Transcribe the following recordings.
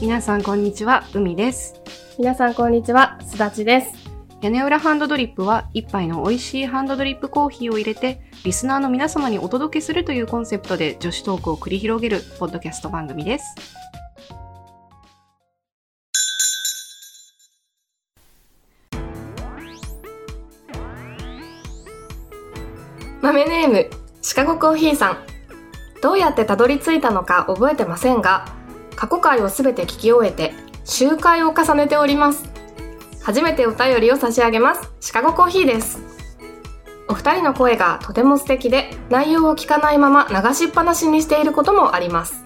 皆さんこんにちは、海です。皆さんこんにちは、すだちです。屋根裏ハンドドリップは一杯の美味しいハンドドリップコーヒーを入れてリスナーの皆様にお届けするというコンセプトで女子トークを繰り広げるポッドキャスト番組です。豆ネーム、シカゴコーヒーさん。どうやってたどり着いたのか覚えてませんが、過去回をすべて聞き終えて、集会を重ねております。初めてお便りを差し上げます。シカゴコーヒーです。お二人の声がとても素敵で、内容を聞かないまま流しっぱなしにしていることもあります。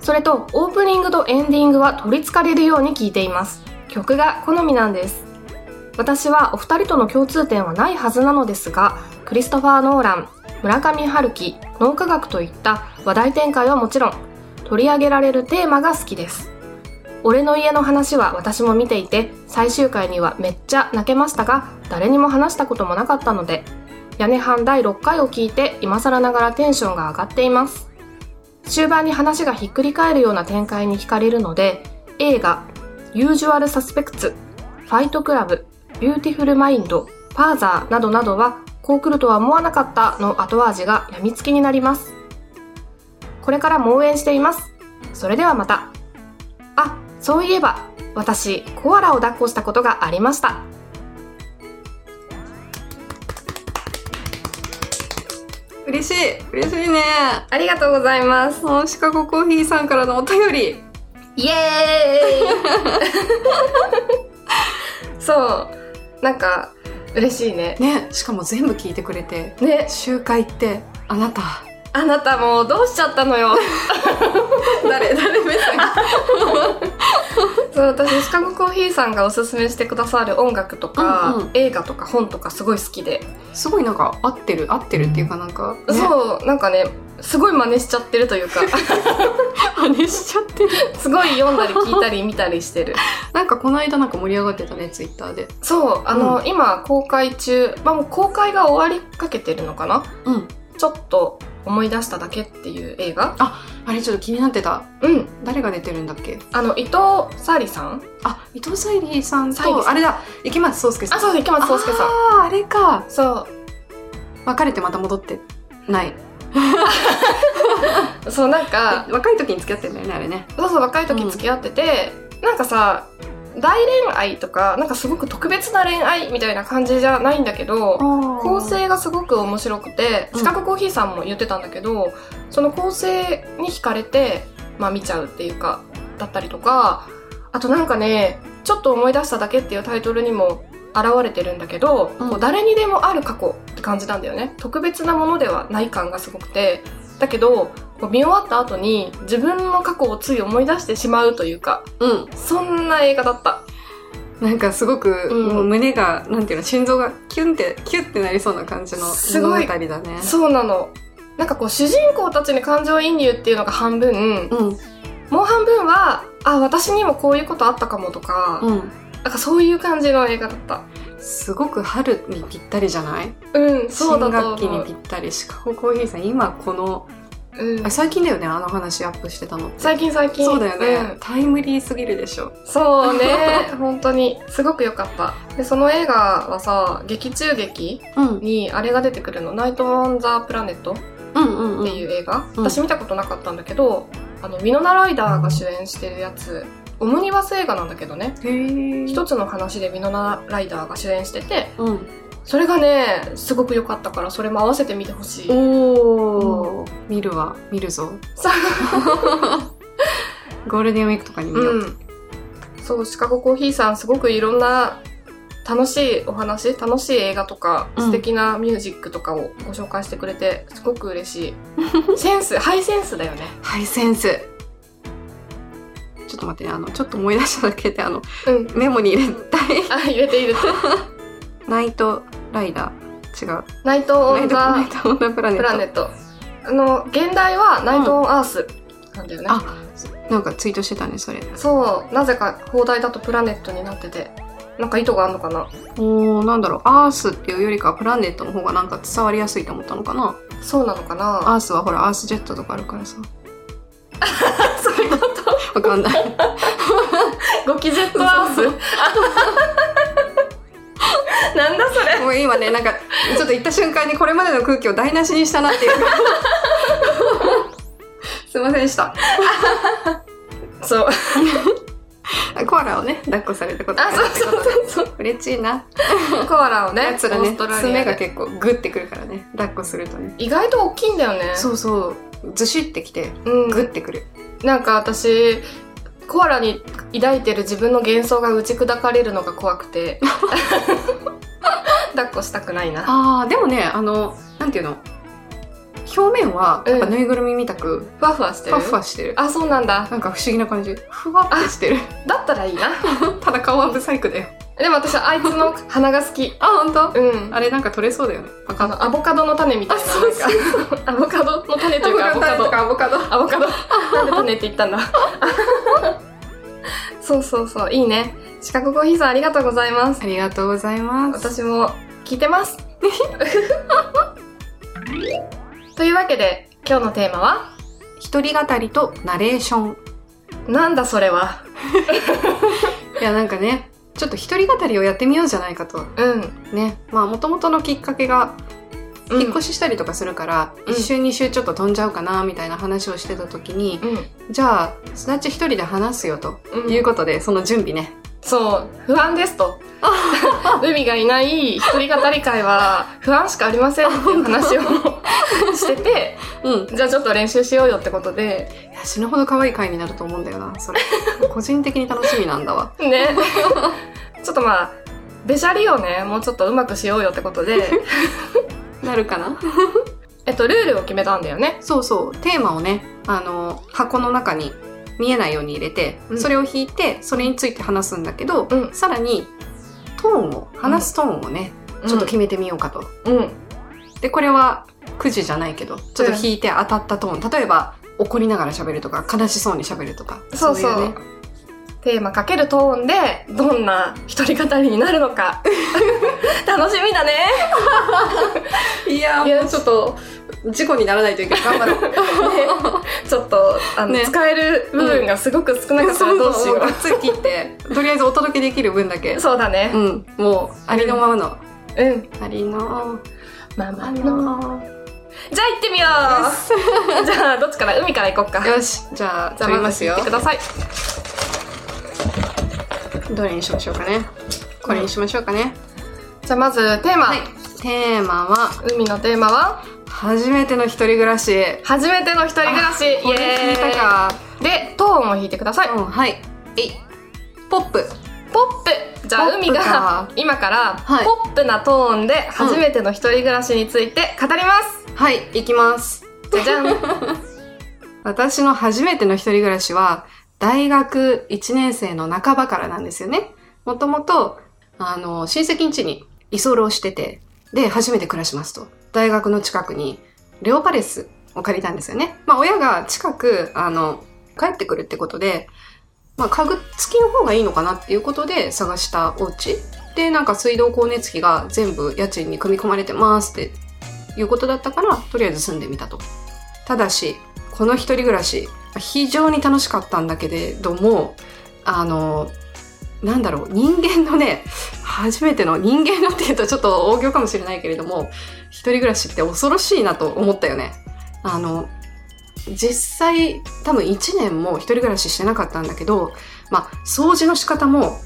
それと、オープニングとエンディングは取り憑かれるように聞いています。曲が好みなんです。私はお二人との共通点はないはずなのですが、クリストファー・ノーラン、村上春樹、脳科学といった話題展開はもちろん、取り上げられるテーマが好きです。俺の家の話は私も見ていて、最終回にはめっちゃ泣けましたが、誰にも話したこともなかったので、屋根班第6回を聞いて、今更ながらテンションが上がっています。終盤に話がひっくり返るような展開に惹かれるので、映画、ユージュアル・サスペクツ、ファイトクラブ、ビューティフルマインド、パーザーなどなどは、こう来るとは思わなかったの後味が病みつきになります。これからも応援しています。それではまた。あ、そういえば、私、コアラを抱っこしたことがありました。嬉しい嬉しいねありがとうございます。あーシカゴコーヒーさんからのお便りイエーイそう、なんか、嬉しいね。ねしかも全部聞いてくれてね、集会ってあなたあなたもうどうしちゃったの よ。誰誰目線 そう私シカゴコーヒーさんがおすすめしてくださる音楽とか、うんうん映画とか本とかすごい好きで、すごいなんか合ってる合ってるっていうかなんか、ねそうなんかねすごい真似しちゃってるというか 真似しちゃってるすごい読んだり聞いたり見たりしてるなんかこの間なんか盛り上がってたねツイッターでそうあの、今公開中、まあ、もう公開が終わりかけてるのかなうんちょっと思い出しただけっていう映画あれちょっと気になってたうん誰が出てるんだっけあの伊藤沙莉さんあ伊藤沙莉さん沙莉とさんあれだ池松壮亮さんあそうそう池松壮亮さんあーあれかそ別れてまた戻ってないうそうなんか若い時に付き合ってんだよねあれねそうそう若い時付き合ってて、なんかさ大恋愛とかなんかすごく特別な恋愛みたいな感じじゃないんだけど構構成がすごく面白くてうんシカゴコーヒーさんも言ってたんだけど、その構成に惹かれて、まあ、見ちゃうっていうかだったりとかあとなんかね「ちょっと思い出しただけ」っていうタイトルにも現れてるんだけど、うんこう誰にでもある過去って感じなんだよね特別なものではない感がすごくてだけどこう見終わった後に自分の過去をつい思い出してしまうというかうんそんな映画だったなんかすごく、うんもう胸がなんていうの心臓がキュンってキュってなりそうな感じのす物語ごいだね。そうなのなんかこう主人公たちに感情移入っていうのが半分、うんもう半分は、あ、私にもこういうことあったかもとか、うんなんかそういう感じの映画だった。すごく春にぴったりじゃない？うん、そうだと思う。新学期にぴったりシカゴコーヒーさん今このうんあ、最近だよねあの話アップしてたの。最近最近。そうだよね、んタイムリーすぎるでしょ。そうね、 本当に。すごく良かった。で、その映画はさ、劇中劇うんにあれが出てくるの、ナイト・オン・ザ・プラネットっうんうんうん。ていう映画。うん私見たことなかったんだけど、あの、ミノナ・ライダーが主演してるやつ、オムニバス映画なんだけどね。へえ。一つの話でミノナ・ライダーが主演してて、うん。それがね、すごく良かったから、それも合わせて見てほしい。おお、見るわ見るぞ。 さゴールデンウィークとかに見よう。うん、そうシカゴコーヒーさんすごくいろんな楽しいお話楽しい映画とかうん素敵なミュージックとかをご紹介してくれてすごく嬉しい センスハイセンスだよねハイセンス。ちょっと待ってね、あの、ちょっと思い出しただけで、あの、うんメモに入れたい。あ入れてい るナイトライダー。違う。ナイト・オナン・イト、ナイザ・トオンザプラネプラネッットあの現代はナイト・オン・アースなんだよね、あト。なんかツイートしてたね、それ。そうなぜか放題だとプラネットになっててなんか意図があるのかなおー、なんだろう、アースっていうよりかはプラネットの方がなんか伝わりやすいと思ったのかな。そうなのかなアースはほら、アースジェットとかあるからさ。そういうことわかんない。ゴキジェットアースなんだそれもう今ね、なんか、ちょっと行った瞬間にこれまでの空気を台無しにしたな っていう。すいませんでした。そうコアラをね、抱っこされたことがあそうってことそうそう嬉しいな。コアラをねやつらオね、ーストラリ爪アがで結構グッてくるからね、抱っこするとね。意外と大きいんだよねそうそう、ずしってきて、うんグッてくる。なんか私コアラに抱いてる自分の幻想が打ち砕かれるのが怖く て抱っこしたくないなあー、でもね、あの、なんていうの表面は、やっぱうんぬいぐるみみたく、ふわふわしてふわるふわしてる。あそうなんだなんか不思議な感じ。ふわってしてる。だったらいいなただ顔はブサイクだよ。でも私あいつの鼻が好きあ、ほんとうんあれなんか取れそうだよね。パカあッのアボカドの種みたいなあそうそなんかアボカドの種というかアボカドアボカド。アボカドなんで種って言ったんだそうそうそういいねシカゴコーヒーさんありがとうございますありがとうございます。私も聞いてます というわけで今日のテーマは一人語りとナレーション。なんだそれはいや、なんかね、ちょっと一人語りをやってみようじゃないかと。うん、ね。まあ、もともとのきっかけが、うん引っ越ししたりとかするから、うん一週二週ちょっと飛んじゃうかな、みたいな話をしてた時に、じゃあ、すだち一人で話すよ、とうん、いうことで、その準備ね。そう不安ですと海がいない一人語り会は不安しかありませんっていう話をしててうん。じゃあちょっと練習しようよってことでいや死ぬほど可愛い回になると思うんだよな、それ。個人的に楽しみなんだわ。ねちょっとまあべしゃりをねもうちょっとうまくしようよってこと でなるかなえっとルールを決めたんだよねそうそう、テーマをね、あの、箱の中に見えないように入れて、うんそれを引いて、それについて話すんだけど、うんさらに、トーンを、話すトーンをね、ちょっと決めてみようかと。うんで、これは、くじじゃないけど、ちょっと引いて当たったトーン。例えば、怒りながら喋るとか、悲しそうに喋るとか。そうそういねテーマかけるトーンでどんな一人語りになるの か楽しみだね いやいやちょっと、事故にならないとい けない。頑張ろう。ねちょっとあの、ね使える部分がすごく少なかったらどうしよう、がっつり切って、とりあえずお届けできる分だけ。 そうだねうん。もう、ありのままの。うん、ありのまあままあまのの。じゃあ行ってみようじゃあどっちから海から行こっかよし、じゃあ、じ撮ゃありままずす行よって。くださいどれにしましょうかね。これにしましょうかね。じゃあまずテーマ、はい。テーマは、海のテーマは初めての一人暮らし。初めての一人暮らしイエーこれ聞いたイか。でトーンを弾いてください、うん、はい。えい。ポップ。ポップじゃあポッ海プかが今からはいポップなトーンで初めての一人暮らしについて語ります、はい、いきます。じゃじゃんう私の初めての一人暮らしは、大学1年生の半ばからなんですよね。もともと、あの、親戚ん家に居候してて、で、初めて暮らしますと。大学の近くに、レオパレスを借りたんですよね。まあ、親が近く、あの、帰ってくるってことで、まあ、家具付きの方がいいのかなっていうことで探したお家で、なんか水道光熱費が全部家賃に組み込まれてますっていうことだったから、とりあえず住んでみたと。ただし、この一人暮らし、非常に楽しかったんだけれども、あの、なんだろう、人間のね、初めての人間のって言うとちょっと大行かもしれないけれども、一人暮らしって恐ろしいなと思ったよね。あの、実際多分1年も一人暮らししてなかったんだけど、まあ、掃除の仕方も、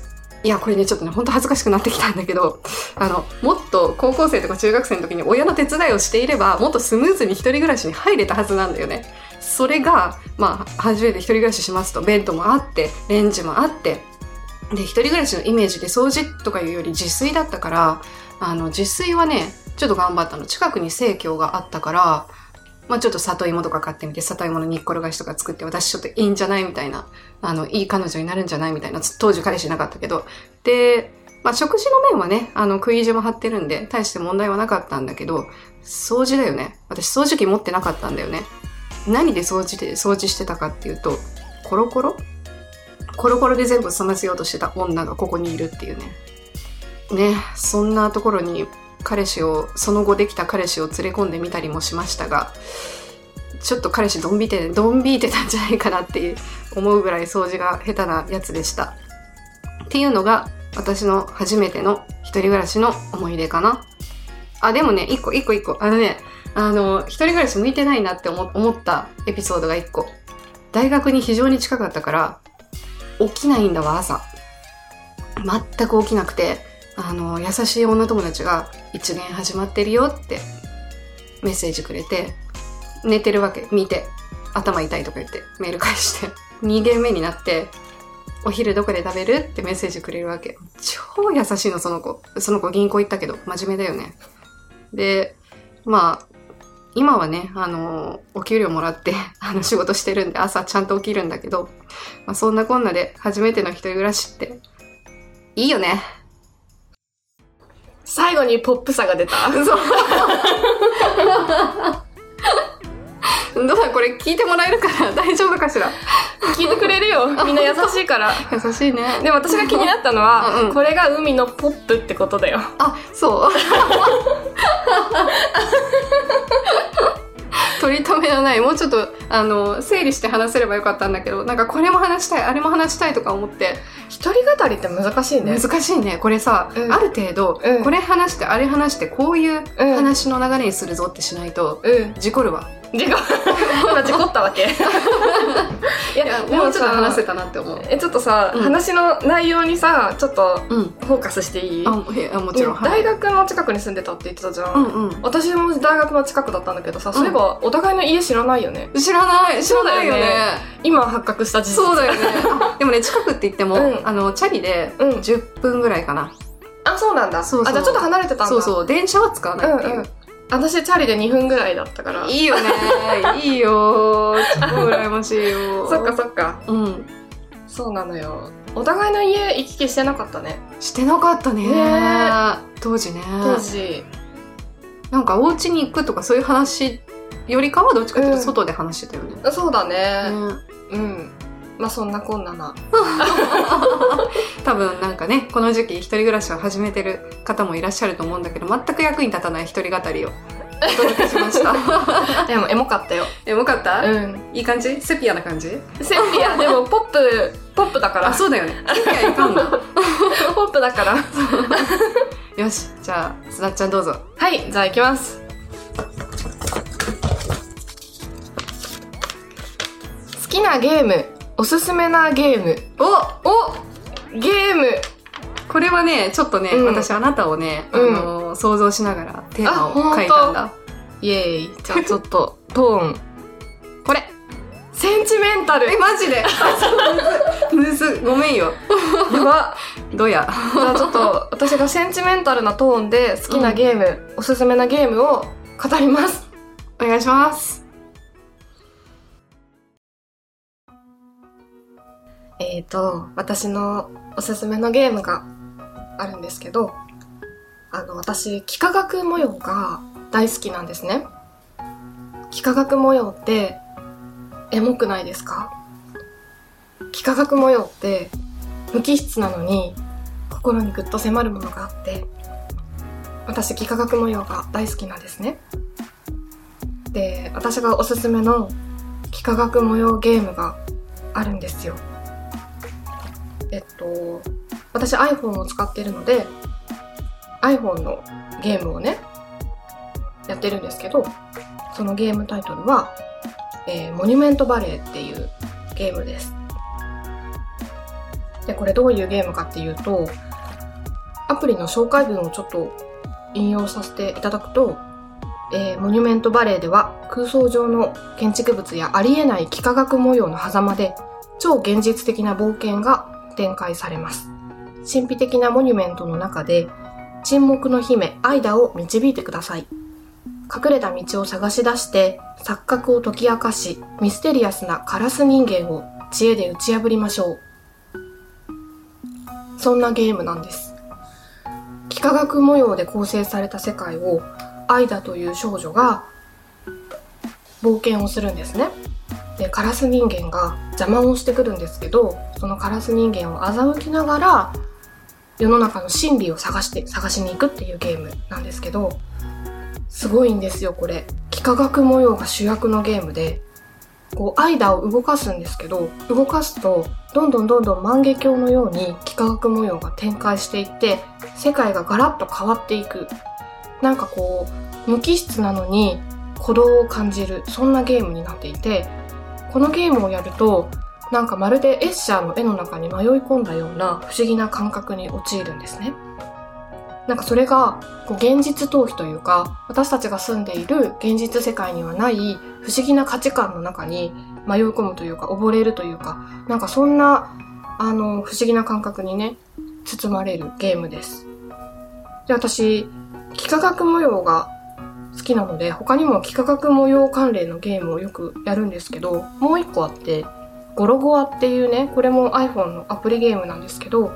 いや、これね、ちょっとね、ほんと恥ずかしくなってきたんだけど、あの、もっと高校生とか中学生の時に親の手伝いをしていれば、もっとスムーズに一人暮らしに入れたはずなんだよね。それが、まあ、初めて一人暮らししますと、ベッドもあって、レンジもあって、で、一人暮らしのイメージで掃除とかいうより自炊だったから、あの、自炊はね、ちょっと頑張ったの。近くに生協があったから、まあちょっと里芋とか買ってみて、里芋の煮っころがしとか作って、私ちょっといいんじゃないみたいな、あの、いい彼女になるんじゃないみたいな、当時彼氏いなかったけど。で、まあ食事の面はね、あの、食い意地も張ってるんで、大して問題はなかったんだけど、掃除だよね。私掃除機持ってなかったんだよね。何で掃除で掃除してたかっていうとコロコロコロコロで全部済ませようとしてた女がここにいるっていうね。ね、そんなところに彼氏を、その後できた彼氏を連れ込んでみたりもしましたが、ちょっと彼氏ドン引いて、ドン引いてたんじゃないかなって思うぐらい掃除が下手なやつでした。っていうのが私の初めての一人暮らしの思い出かな。あ、でもね、一個一個一個、あのね、あの、一人暮らし向いてないなって思思ったエピソードが一個。大学に非常に近かったから、起きないんだわ、朝。全く起きなくて、あの、優しい女友達が、一年始まってるよってメッセージくれて、寝てるわけ、見て、頭痛いとか言ってメール返して、2限目になって、お昼どこで食べるってメッセージくれるわけ。超優しいの、その子。その子銀行行ったけど、真面目だよね。で、まあ、今はね、あの、お給料もらって、 あの、仕事してるんで、朝ちゃんと起きるんだけど、まあ、そんなこんなで、初めての一人暮らしって、いいよね。 最後にポップさが 出た。どうだ、これ聞いてもらえるかな 大丈夫かしら聞いてくれるよ。みんな優しいから。優しいね。でも私が気になったのは、うんうんこれが海のポップってことだよ。あ、そう。 取り留めのない、もうちょっと、あの、整理して話せればよかったんだけど、なんかこれも話したい、あれも話したいとか思って、一人語りって難しいね。難しいね。これさ、うんある程度、うんこれ話して、あれ話して、こういううん話の流れにするぞってしないと、うん。事故るわ。事故、今事故ったわけ。い いや、でもうちょっとさ話せたなって思う。え、ちょっとさ、うん話の内容にさ、ちょっとうん。フォーカスしていいあ、えあもちろん。ねはい大学の近くに住んでたって言ってたじゃ。うんんうん。私も大学の近くだったんだけどさ、そういえばお互いの家知らないよね。知らない知らないよそねうだよ。今発覚した事実。そうだよね。あでもね、 近くって言っても、うんあの、チャリでうん。 10分ぐらいかな。あ、そうなんだ。そうそうあ、じゃあちょっと離れてたんだ。そうそう、電車は使わないっていう。うんうん私、チャリで2分ぐらいだったから。いいよね。いいよ。超羨ましいよ。 そっかそっか。うん。そうなのよ。お互いの家行き来してなかったね。してなかったねね当時ね。当時。なんかお家に行くとかそういう話よりかはどっちかっていううとん外で話してたよね。そうだね。ねうん。まあそんなこんなな。多分なんかねこの時期一人暮らしを始めてる方もいらっしゃると思うんだけど全く役に立たない一人語りをお届けしました でもエモかったよ。えよかった、うん。いい感じセピアな感じセピア、でもポップ、ポップだから。あそうだよねセピアいかんな ポップだから。よしじゃあすだっちゃんどうぞはい、じゃあ行きます。好きなゲーム、おすすめなゲーム。おおゲームこれはねちょっとね、うん私あなたをね、うんあの想像しながらテーあマほをんと書いたんだイエーイ。じゃあちょっと、 トーン。これセンチメンタ ルえマジでむずごめんよ やばどうやじゃあちょっと私がセンチメンタルなトーンで好きなゲーム、おすすめなゲームを語りますお願いしますえっ、と私のおすすめのゲームがあるんですけどあの私幾何学模様が大好きなんですね幾何学模様ってエモくないですか幾何学模様って無機質なのに心にぐっと迫るものがあって私幾何学模様が大好きなんですねで私がおすすめの幾何学模様ゲームがあるんですよえっと私 iPhone を使ってるので iPhone のゲームをねやってるんですけどそのゲームタイトルは、えーモニュメントバレーっていうゲームですでこれどういうゲームかっていうとアプリの紹介文をちょっと引用させていただくと、えーモニュメントバレーでは空想上の建築物やありえない幾何学模様の狭間で超現実的な冒険が展開されます神秘的なモニュメントの中で沈黙の姫アイダを導いてください隠れた道を探し出して錯覚を解き明かしミステリアスなカラス人間を知恵で打ち破りましょうそんなゲームなんです幾何学模様で構成された世界をアイダという少女が冒険をするんですねでカラス人間が邪魔をしてくるんですけどそのカラス人間を欺きながら世の中の真理を探して探しに行くっていうゲームなんですけどすごいんですよこれ幾何学模様が主役のゲームでこう間を動かすんですけど動かすとどんどんどんどん万華鏡のように幾何学模様が展開していって世界がガラッと変わっていくなんかこう無機質なのに鼓動を感じるそんなゲームになっていてこのゲームをやるとなんかまるでエッシャーの絵の中に迷い込んだような不思議な感覚に陥るんですね。なんかそれがこう現実逃避というか私たちが住んでいる現実世界にはない不思議な価値観の中に迷い込むというか溺れるというかなんかそんなあの不思議な感覚にね包まれるゲームです。で私幾何学模様が好きなので他にも幾何学模様関連のゲームをよくやるんですけどもう一個あってゴロゴアっていうねこれも iPhone のアプリゲームなんですけど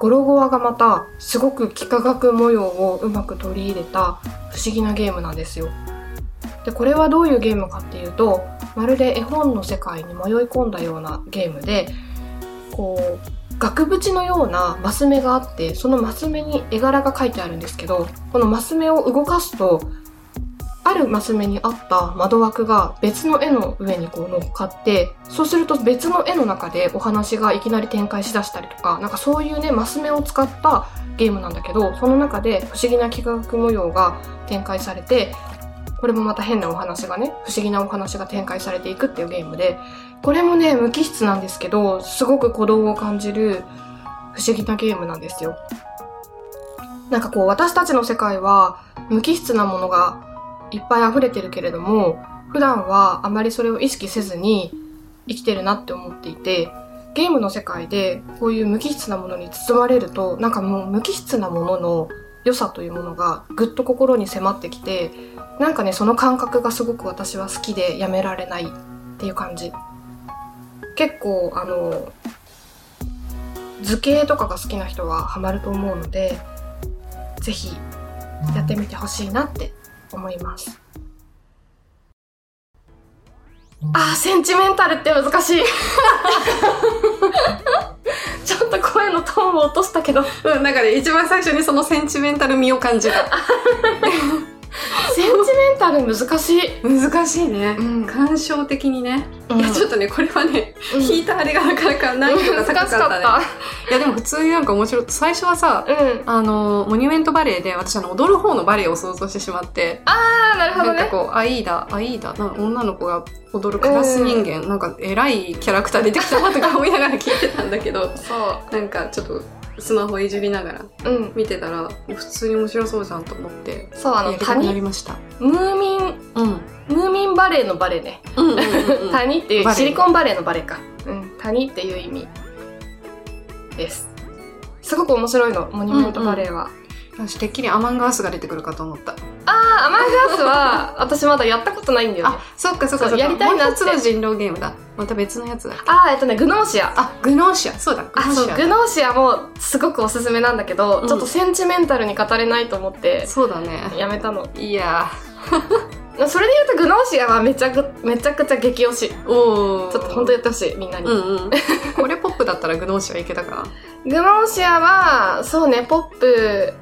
ゴロゴアがまたすごく幾何学模様をうまく取り入れた不思議なゲームなんですよ。でこれはどういうゲームかっていうとまるで絵本の世界に迷い込んだようなゲームでこう額縁のようなマス目があってそのマス目に絵柄が書いてあるんですけどこのマス目を動かすとあるマス目にあった窓枠が別の絵の上にこう乗っかって、そうすると別の絵の中でお話がいきなり展開しだしたりとか、なんかそういうね、マス目を使ったゲームなんだけど、その中で不思議な幾何学模様が展開されて、これもまた変なお話がね、不思議なお話が展開されていくっていうゲームで、これもね、無機質なんですけど、すごく鼓動を感じる不思議なゲームなんですよ。なんかこう、私たちの世界は無機質なものがいっぱい溢れてるけれども普段はあまりそれを意識せずに生きてるなって思っていてゲームの世界でこういう無機質なものに包まれるとなんかもう無機質なものの良さというものがぐっと心に迫ってきてなんかねその感覚がすごく私は好きでやめられないっていう感じ結構あの図形とかが好きな人はハマると思うので是非やってみてほしいなって思います。あー、センチメンタルって難しい。 ちょっと声のトーンを落としたけど、セうん、なんかね、一番最初にそのセンチメンタル味を感じ た。ンチメンタル難しい。難しいね。うん感傷的にね。うんいや、ちょっとね、これはね、うん引いたあれがなかなか難易度が難し高かっかったね。た。いや、でも普通になんか面白い。最初はさ、うん。あの、モニュメントバレーで私あの、踊る方のバレーを想像してしまって、あー、なるほなどんかね。こう、アイーダ、アイーダ、なんか女の子が踊るカラス人間、なんか偉いキャラクター出てきたなとか思いながら聞いてたんだけど、そなんかちょっとスマホいじりながらう。うん。見てたら、普通に面白そうじゃんと思って、そう、あの、やりたくな谷、りました。ムーミン、うん。ムーミンバレーのバレーね。うんうん うんうん谷っていう、バレーシリコンバレーのバレーか。うん。谷っていう意味です。すごく面白いの、モニュメントバレーは。私てっきりアマンガースが出てくるかと思ったあー、アマンガースは、私まだやったことないんだよね。あそっかそっかそうやりたいなってもう一つの人狼ゲームだまた別のやつだあー、えっとね、グノーシア。あグノーシアそうだグノあ、ーそう、シグノーシアもすごくおすすめなんだけど、うんちょっとセンチメンタルに語れないと思ってア、そうだねやめたの。いやそれで言うと、グノーシアはめちゃく、めちゃくちゃ激推し。ちーおおょっと本当やってほしい、みんなに。うんうんこれポップだったらグノーシアいけたかグノーシアは、そうね、ポップ、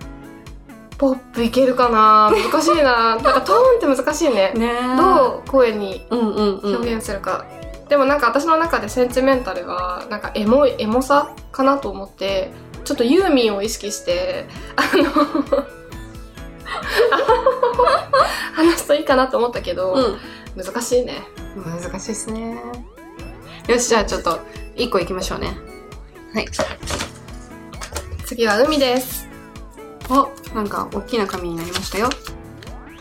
ポップいけるかな難しいななんかトーンって難しいねな。ね どうどう声にうんうんうん表現するか、でもなんか私の中でセンチメンタルはなんかエモいエモさかなと思ってちょっとユーミンを意識してあの 話すといいかなと思ったけど、うん難しいね難しいですねよしじゃあちょっと一個いきましょうねはい次は海ですおなんか大きな紙になりましたよ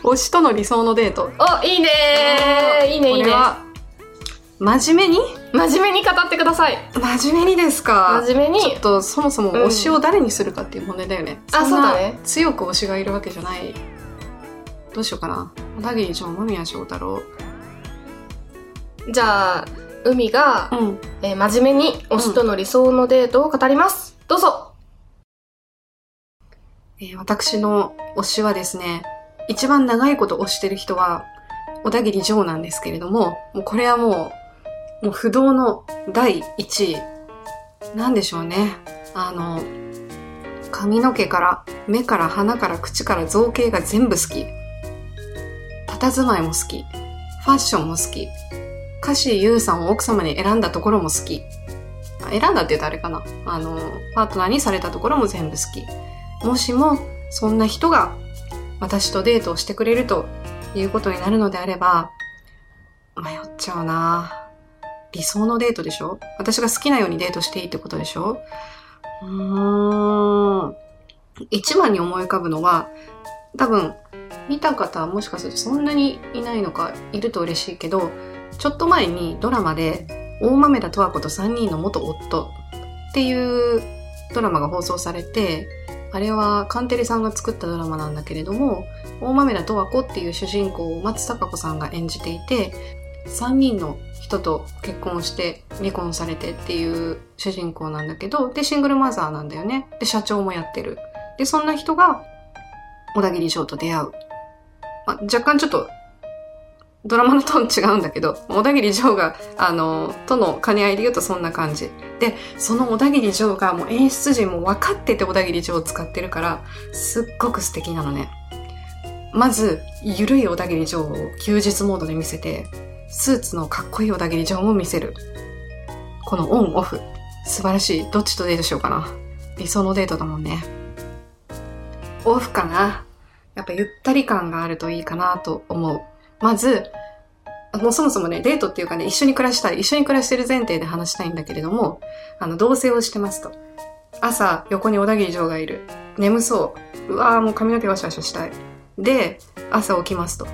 推しとの理想のデートおいいねーいいねいいこねれは真面目に真面目に語ってください真面目にですか真面目ちょにっとそもそも推しを誰にするかっていう問題だよね、あんなそうだね強く推しがいるわけじゃないどうしようかな小田切城間宮祥太郎じゃあ海が、うんえー真面目に推しとの理想のデートを語ります、どうぞえー私の推しはですね一番長いこと推してる人は小田切城なんですけれどももうこれはももう不動の第1位。なんでしょうね。あの、髪の毛から、目から、鼻から、口から、造形が全部好き。佇まいも好き。ファッションも好き。歌詞優さんを奥様に選んだところも好き。あ選んだって言うとあれかな。あの、パートナーにされたところも全部好き。もしも、そんな人が私とデートをしてくれるということになるのであれば、迷っちゃうな理想のデートでしょ私が好きなようにデートしていいってことでしょうーん。一番に思い浮かぶのは、多分、見た方はもしかするとそんなにいないのか、いると嬉しいけど、ちょっと前にドラマで、大豆田十和子と3人の元夫っていうドラマが放送されて、あれはカンテレさんが作ったドラマなんだけれども、大豆田十和子っていう主人公を松たか子さんが演じていて、3人の人と結婚して離婚されてっていう主人公なんだけど、で、シングルマザーなんだよね。で、社長もやってる。で、そんな人が小田切城と出会う。まあ、若干ちょっとドラマのトーン違うんだけど、小田切城が、あの、との兼ね合いで言うとそんな感じ。で、その小田切城がもう演出陣も分かってて小田切城を使ってるから、すっごく素敵なのね。まず、ゆるい小田切城を休日モードで見せて、スーツのかっこいい小田切城も見せる。このオンオフ。素晴らしい。どっちとデートしようかな。理想のデートだもんね。オフかな。やっぱゆったり感があるといいかなと思う。まず、もうそもそもね、デートっていうかね、一緒に暮らしたい、一緒に暮らしてる前提で話したいんだけれども、あの、同棲をしてますと。朝、横に小田切城がいる。眠そう。うわーもう髪の毛ワシャワシャしたい。で、朝起きますと。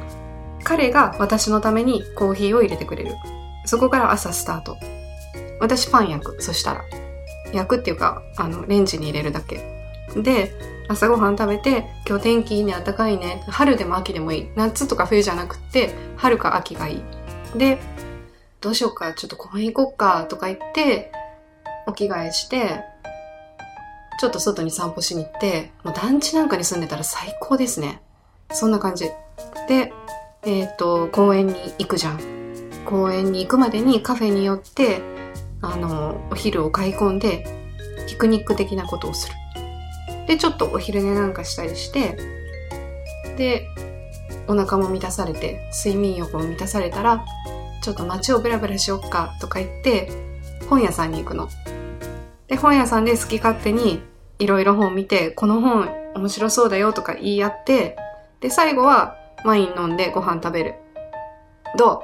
彼が私のためにコーヒーを入れてくれる。そこから朝スタート。私パン焼く。そしたら。焼くっていうか、あの、レンジに入れるだけ。で、朝ごはん食べて、今日天気いいね、暖かいね。春でも秋でもいい。夏とか冬じゃなくって、春か秋がいい。で、どうしようか、ちょっと公園行こっか、とか言って、お着替えして、ちょっと外に散歩しに行って、もう団地なんかに住んでたら最高ですね。そんな感じ。で、えっ、と、公園に行くじゃん。公園に行くまでにカフェに寄って、あの、お昼を買い込んで、ピクニック的なことをする。で、ちょっとお昼寝なんかしたりして、で、お腹も満たされて、睡眠欲も満たされたら、ちょっと街をブラブラしよっかとか言って、本屋さんに行くの。で、本屋さんで好き勝手にいろいろ本見て、この本面白そうだよとか言い合って、で、最後はワイン飲んでご飯食べる。どう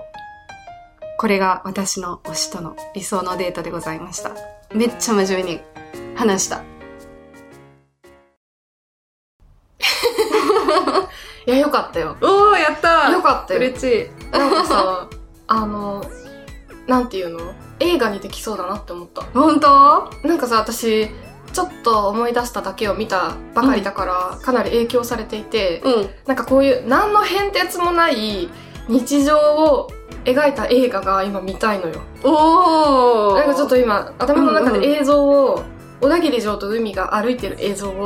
これが私の推しとの理想のデートでございました。めっちゃ真面目に話した。いや、よかったよ。おー、やったよかったよ。嬉しい。なんかさ、あの、なんていうの映画にできそうだなって思った。本当なんかさ、私、ちょっと思い出しただけを見たばかりだから、かなり影響されていて、うん。なんかこういう何の変哲もない日常を描いた映画が今見たいのよ。おー。なんかちょっと今、頭の中うんうんで映像を、小田切城と海が歩いてる映像を 思い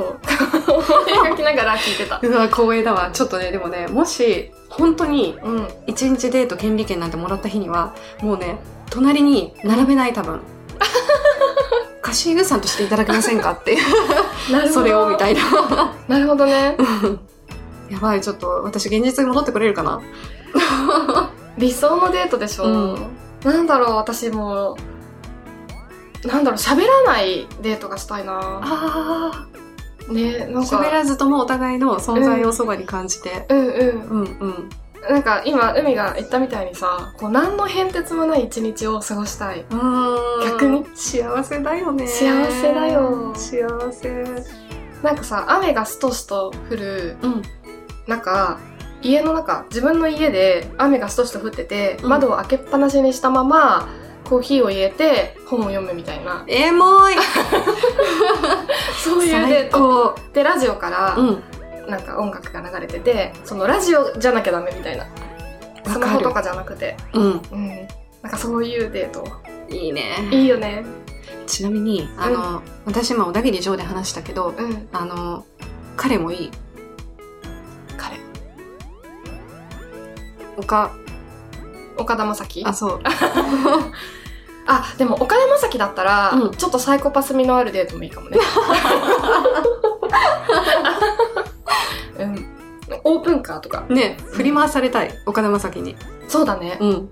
描きながら聞いてた。うわ、光栄だわ。ちょっとね、でもね、もし、本当に、うん。一日デート権利券なんてもらった日には、もうね、隣に並べない多 分。貸しグさんとしていただけませんかって いう、なそれをみたいいな。な。なるほどね。やばい、ちょっと、私現実に戻ってくれるかな理想のデートでしょ、うんなんだろう、私もう、なんだろう、喋らないデートがしたいな。あね、なんか。喋らずともお互いの存在をそばに感じて。うんうん。うんうん。なんか今、海が言ったみたいにさ、こう何の変哲もない一日を過ごしたい。うーん逆に幸せだよね。幸せだよ幸せ。なんかさ、雨がストスト降るうん。中、家の中、自分の家で雨がストスト降ってて、うん窓を開けっぱなしにしたまま、コーヒーを入れて本を読むみたい な。エモいそういうデー最ト。高。で、ラジオから、うん。なんか音楽が流れててそのラジオじゃなきゃダメみたいなスマホとかじゃなくてうん。うんなんかそういうデートいいね。いいよねちなみに、あの、私今、小田切城で話したけど、うんあの、彼もいい。彼。岡、岡田将生あ、そう。あ、でも岡山崎だったら、うんちょっとサイコパス味のあるデートもいいか もね。うん。オープンカーとか。ね、 振り回されたい。岡田将生に。そうだね。うん。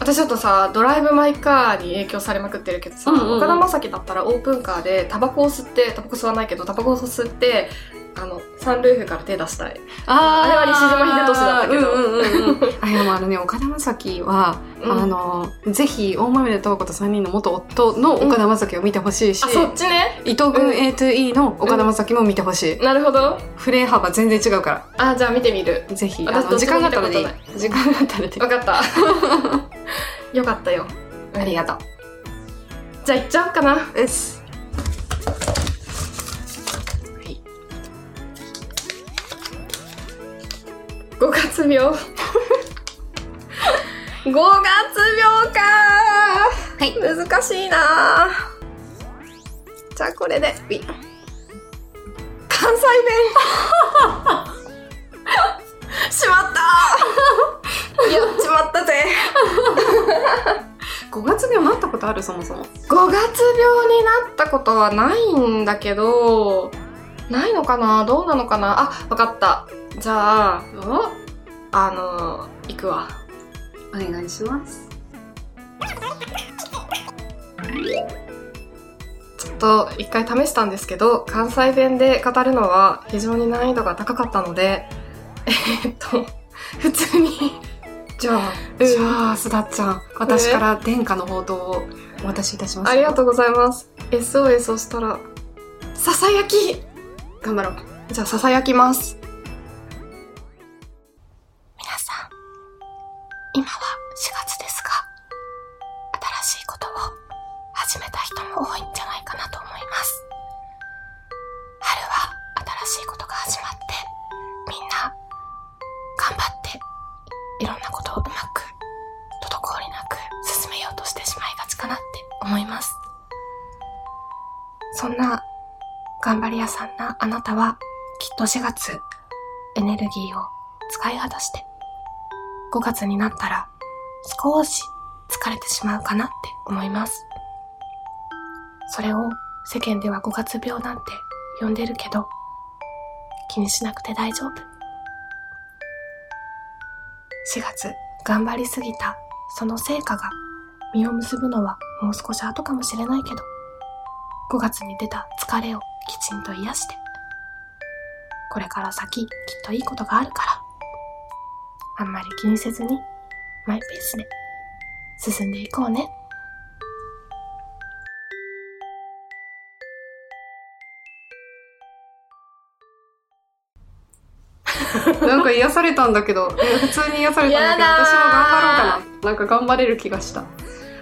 私ちょっとさ、ドライブ・マイ・カーに影響されまくってるけどさ、うんうんうん岡田将生だったらオープンカーでタバコを吸って、タバコ吸わないけど、タバコを吸って、あの、サンルーフから手出したい。ああれは西島秀俊だったけどうんうんうんうん。あ、でもあの ね、岡田将生は、うんあの、ぜひ、大豆田十和子と3人の元夫の岡田将生を見てほしいし、あ、そっちね。伊藤君 A2E の岡田将生も見てほしい。なるほど。フレー幅全然違うかあ、じゃあ見てみる。ら。ぜひ、あ私の、時間があったらでいいどっちも見た。時間があったらでいい わ。かった。よかったよ。ありがとう。じゃあ行っちゃおうかな。です。五月 病。五月病かはい。難しいなじゃあこれで。うい関西 弁しま ったやっちまったぜ5月病なったことあるそもそも。五月病になったことはないんだけど、ないのかなどうなのかなあ、わかった。じゃあ、おあのー、行くわ。お願いします。ちょっと一回試したんですけど、関西弁で語るのは非常に難易度が高かったので、えーっと、普通に、じゃあ、うんじゃあ、すだっちゃん、私から殿下の報道をお渡しいたします。ありがとうございます。SOS をしたら、ささやき頑張ろう。じゃあ、ささやきます。皆さん、今は4月ですが、新しいことを始めた人も多いんじゃないかなと思います。春は新しいことが始まって、みんな、頑張って、いろんなことをうまく、滞りなく進めようとしてしまいがちかなって思います。そんな頑張り屋さんなあなたはきっと4月エネルギーを使い果たして5月になったら少し疲れてしまうかなって思います。それを世間では5月病なんて呼んでるけど気にしなくて大丈夫。4月頑張りすぎたその成果が実を結ぶのはもう少し後かもしれないけど5月に出た疲れをきちんと癒してこれから先きっといいことがあるからあんまり気にせずにマイペースで進んでいこうねなんか癒されたんだけど、え普通に癒されたんだけど、やだー私も頑張ろうかな。なんか頑張れる気がした。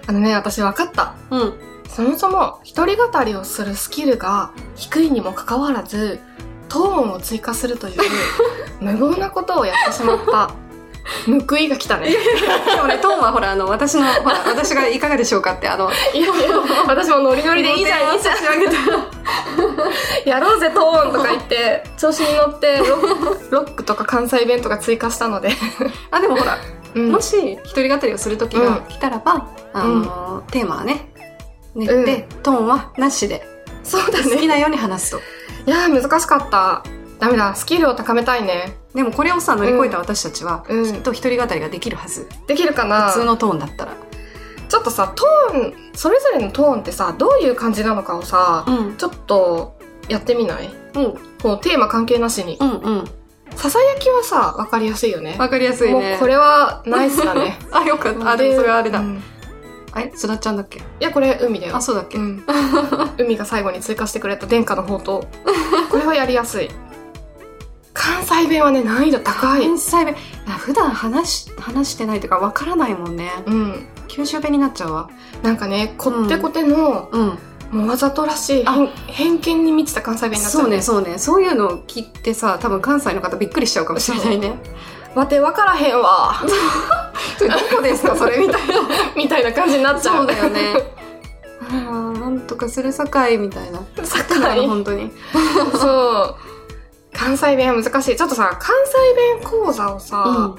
あのね私分かったうん。そもそも一人語りをするスキルが低いにもかかわらず糖分を追加するという 無謀なことをやってしまった報いが来たねでもね、トーンはほら、あの、私の、ほら、 私がいかがでしょうかって、あの、いやいや私もノリノリでいいじゃんいいじゃんやろうぜトーンとか言って調子に乗ってロックロックとか関西弁とか追加したので、あ、でもほら、うんもし、一人語りをする時が来たらば、あの、テーマはね、練って、トーンはなしで、そうだ好ねきなように話すと。いやー難しかったダメだスキルを高めたいねでもこれをさ、乗り越えた私たちは、うんきっと一人語りができるはず。できるかな普通のトーンだったら。ちょっとさトーンそれぞれのトーンってさどういう感じなのかをさうん。ちょっとやってみないうん。こうテーマ関係なしにうんうん。ささやきはさわかりやすいよねわかりやすいね。もうこれはナイスだねあ、よかった。 あ、でもそれはあれだう。んいあれすだっちゃんだっけやこれ海だよあ、そうだっけ、うん、海が最後に追加してくれた殿下の宝刀これはやりやすい関西弁はね難易度高い関西弁あ普段話し話してないというかわからないもんねうん九州弁になっちゃうわなんかねこってこての、うんもうわざとらしいあ偏偏見に満ちた関西弁になっちゃそううねそうねそういうのを聞いてさ多分関西の方びっくりしちゃうかもしれないねわてわからへんわそれどこです かそれみたいな みたいな感じになっちゃそううだよ ねあーなんとかするさかいみたいな境なの本当にそう関西弁は難しいちょっとさ関西弁講座をさ、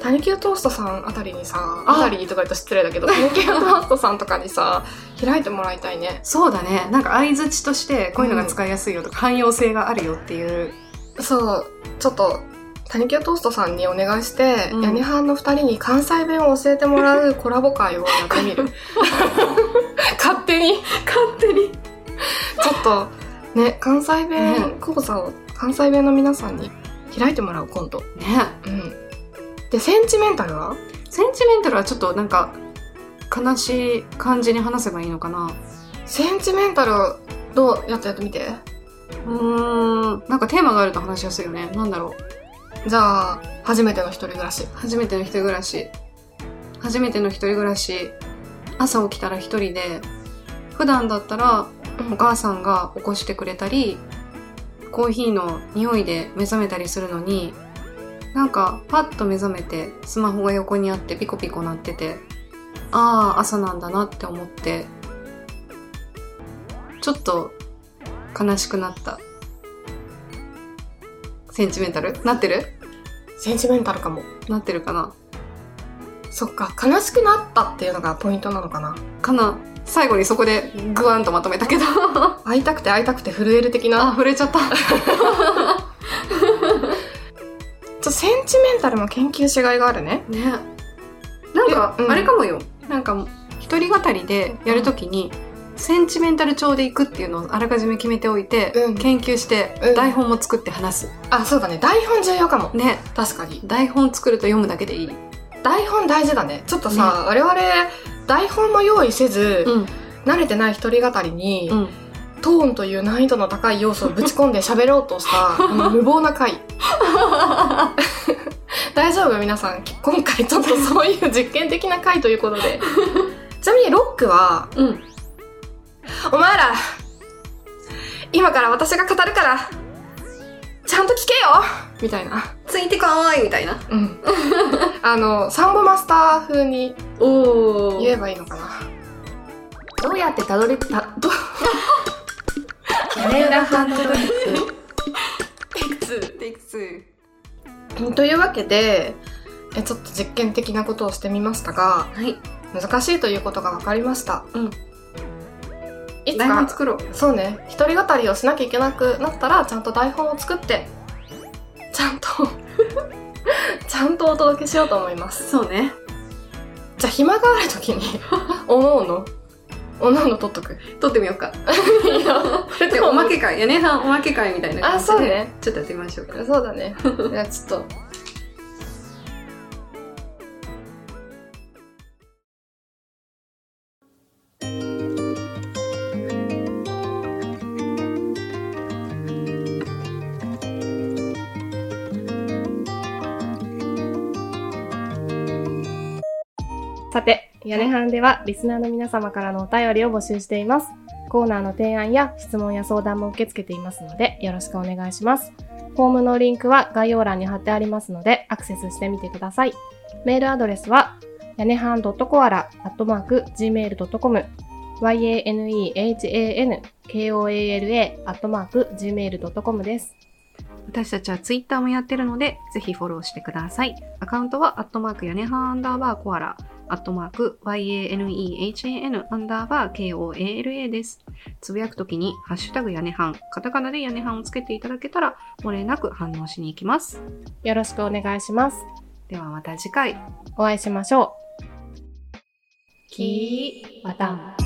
タニキュートーストさんあたりにさ、ああたりにとか言うと失礼だ けど、タニキュートーストさんとかにさ、開いてもらいたいね。そうだね。なんか相槌として、こういうのが使いやすいよとか、汎用性があるよっていう。そう、ちょっと、タニキュートーストさんにお願いして、うんヤニハンの二人に関西弁を教えてもら うコラボ会をやってみる。 勝手に、勝手に。ちょっと、ね、関西ね弁講座を関西弁の皆さんに開いてもらう今度。ね。うん。で、センチメンタルはセンチメンタルはちょっとなんか、悲しい感じに話せばいいのかな。センチメンタル、どうやってやってみて。うーん。なんかテーマがあると話しやすいよね。なんだろう。じゃあ、初めての一人暮らし。初めての一人暮らし。初めての一人暮らし。朝起きたら一人で、普段だったらお母さんが起こしてくれたり、コーヒーの匂いで目覚めたりするのに、なんかパッと目覚めてスマホが横にあってピコピコ鳴ってて、ああ、朝なんだなって思って、ちょっと悲しくなった。センチメンタルなってるセンチメンタルかも。なってるかなそっか、悲しくなったっていうのがポイントなのかな。かな最後にそこでグワンとまとめた けど会いたくて会いたくて震える的あな。触れちゃったちょ、センチメンタルも研究しがいがあるね。ねなんか、えうんあれかもよなんか一人語りでやるときに、センチメンタル調でいくっていうのをあらかじめ決めておいて、うん研究してうん台本も作って話す、あ、そうだね。台本重要かも。ね確かに。台本作ると読むだけでいい、台本大事だね。ちょっとさ、我々、台本も用意せず、うん慣れてない一人語りに、うん、トーンという難易度の高い要素をぶち込んで喋ろうとした、あの無謀な回。 大丈夫皆さん。今回ちょっとそういう実験的な回ということで。ちなみにロックは、うん、お前ら、今から私が語るから、ちゃんと聞けよみたいな。ついてこーいみたいなうん。あの、サンボマスター風にお言えばいいのかな。どうやってたどりたど 屋根裏ハンドドリップ テイク2というわけで、えちょっと実験的なことをしてみましたが、はい難しいということが分かりました。うん。いつ台本か、作ろうそうね、一人語りをしなきゃいけなくなったら、ちゃんと台本を作って、ちゃんと、 ちゃんとお届けしようと思います。そうねじゃあ、暇がある時 におのおの、おのおの撮っとく。撮ってみようかい いよ。でおまけ会屋根さんおまけ会みたいな感じであそうねちょっとやってみましょうかそうだ ね。じゃあ、ちょっと。さて、屋根班ではリスナーの皆様からのお便りを募集しています。コーナーの提案や質問や相談も受け付けていますので、よろしくお願いします。フォームのリンクは概要欄に貼ってありますので、アクセスしてみてください。メールアドレスは、屋根班 .coala.gmail.com yanehankoala.gmail.com です。私たちはツイッターもやってるので、ぜひフォローしてください。アカウントは、アットマーク屋根ハアンダーバーコアラ、アットマーク YANEHAN アンダーバー KOALA です。つぶやくときに、ハッシュタグ屋根ハン、カタカナで屋根ハンをつけていただけたら、漏れなく反応しに行きます。よろしくお願いします。ではまた次回。お会いしましょう。きー、また。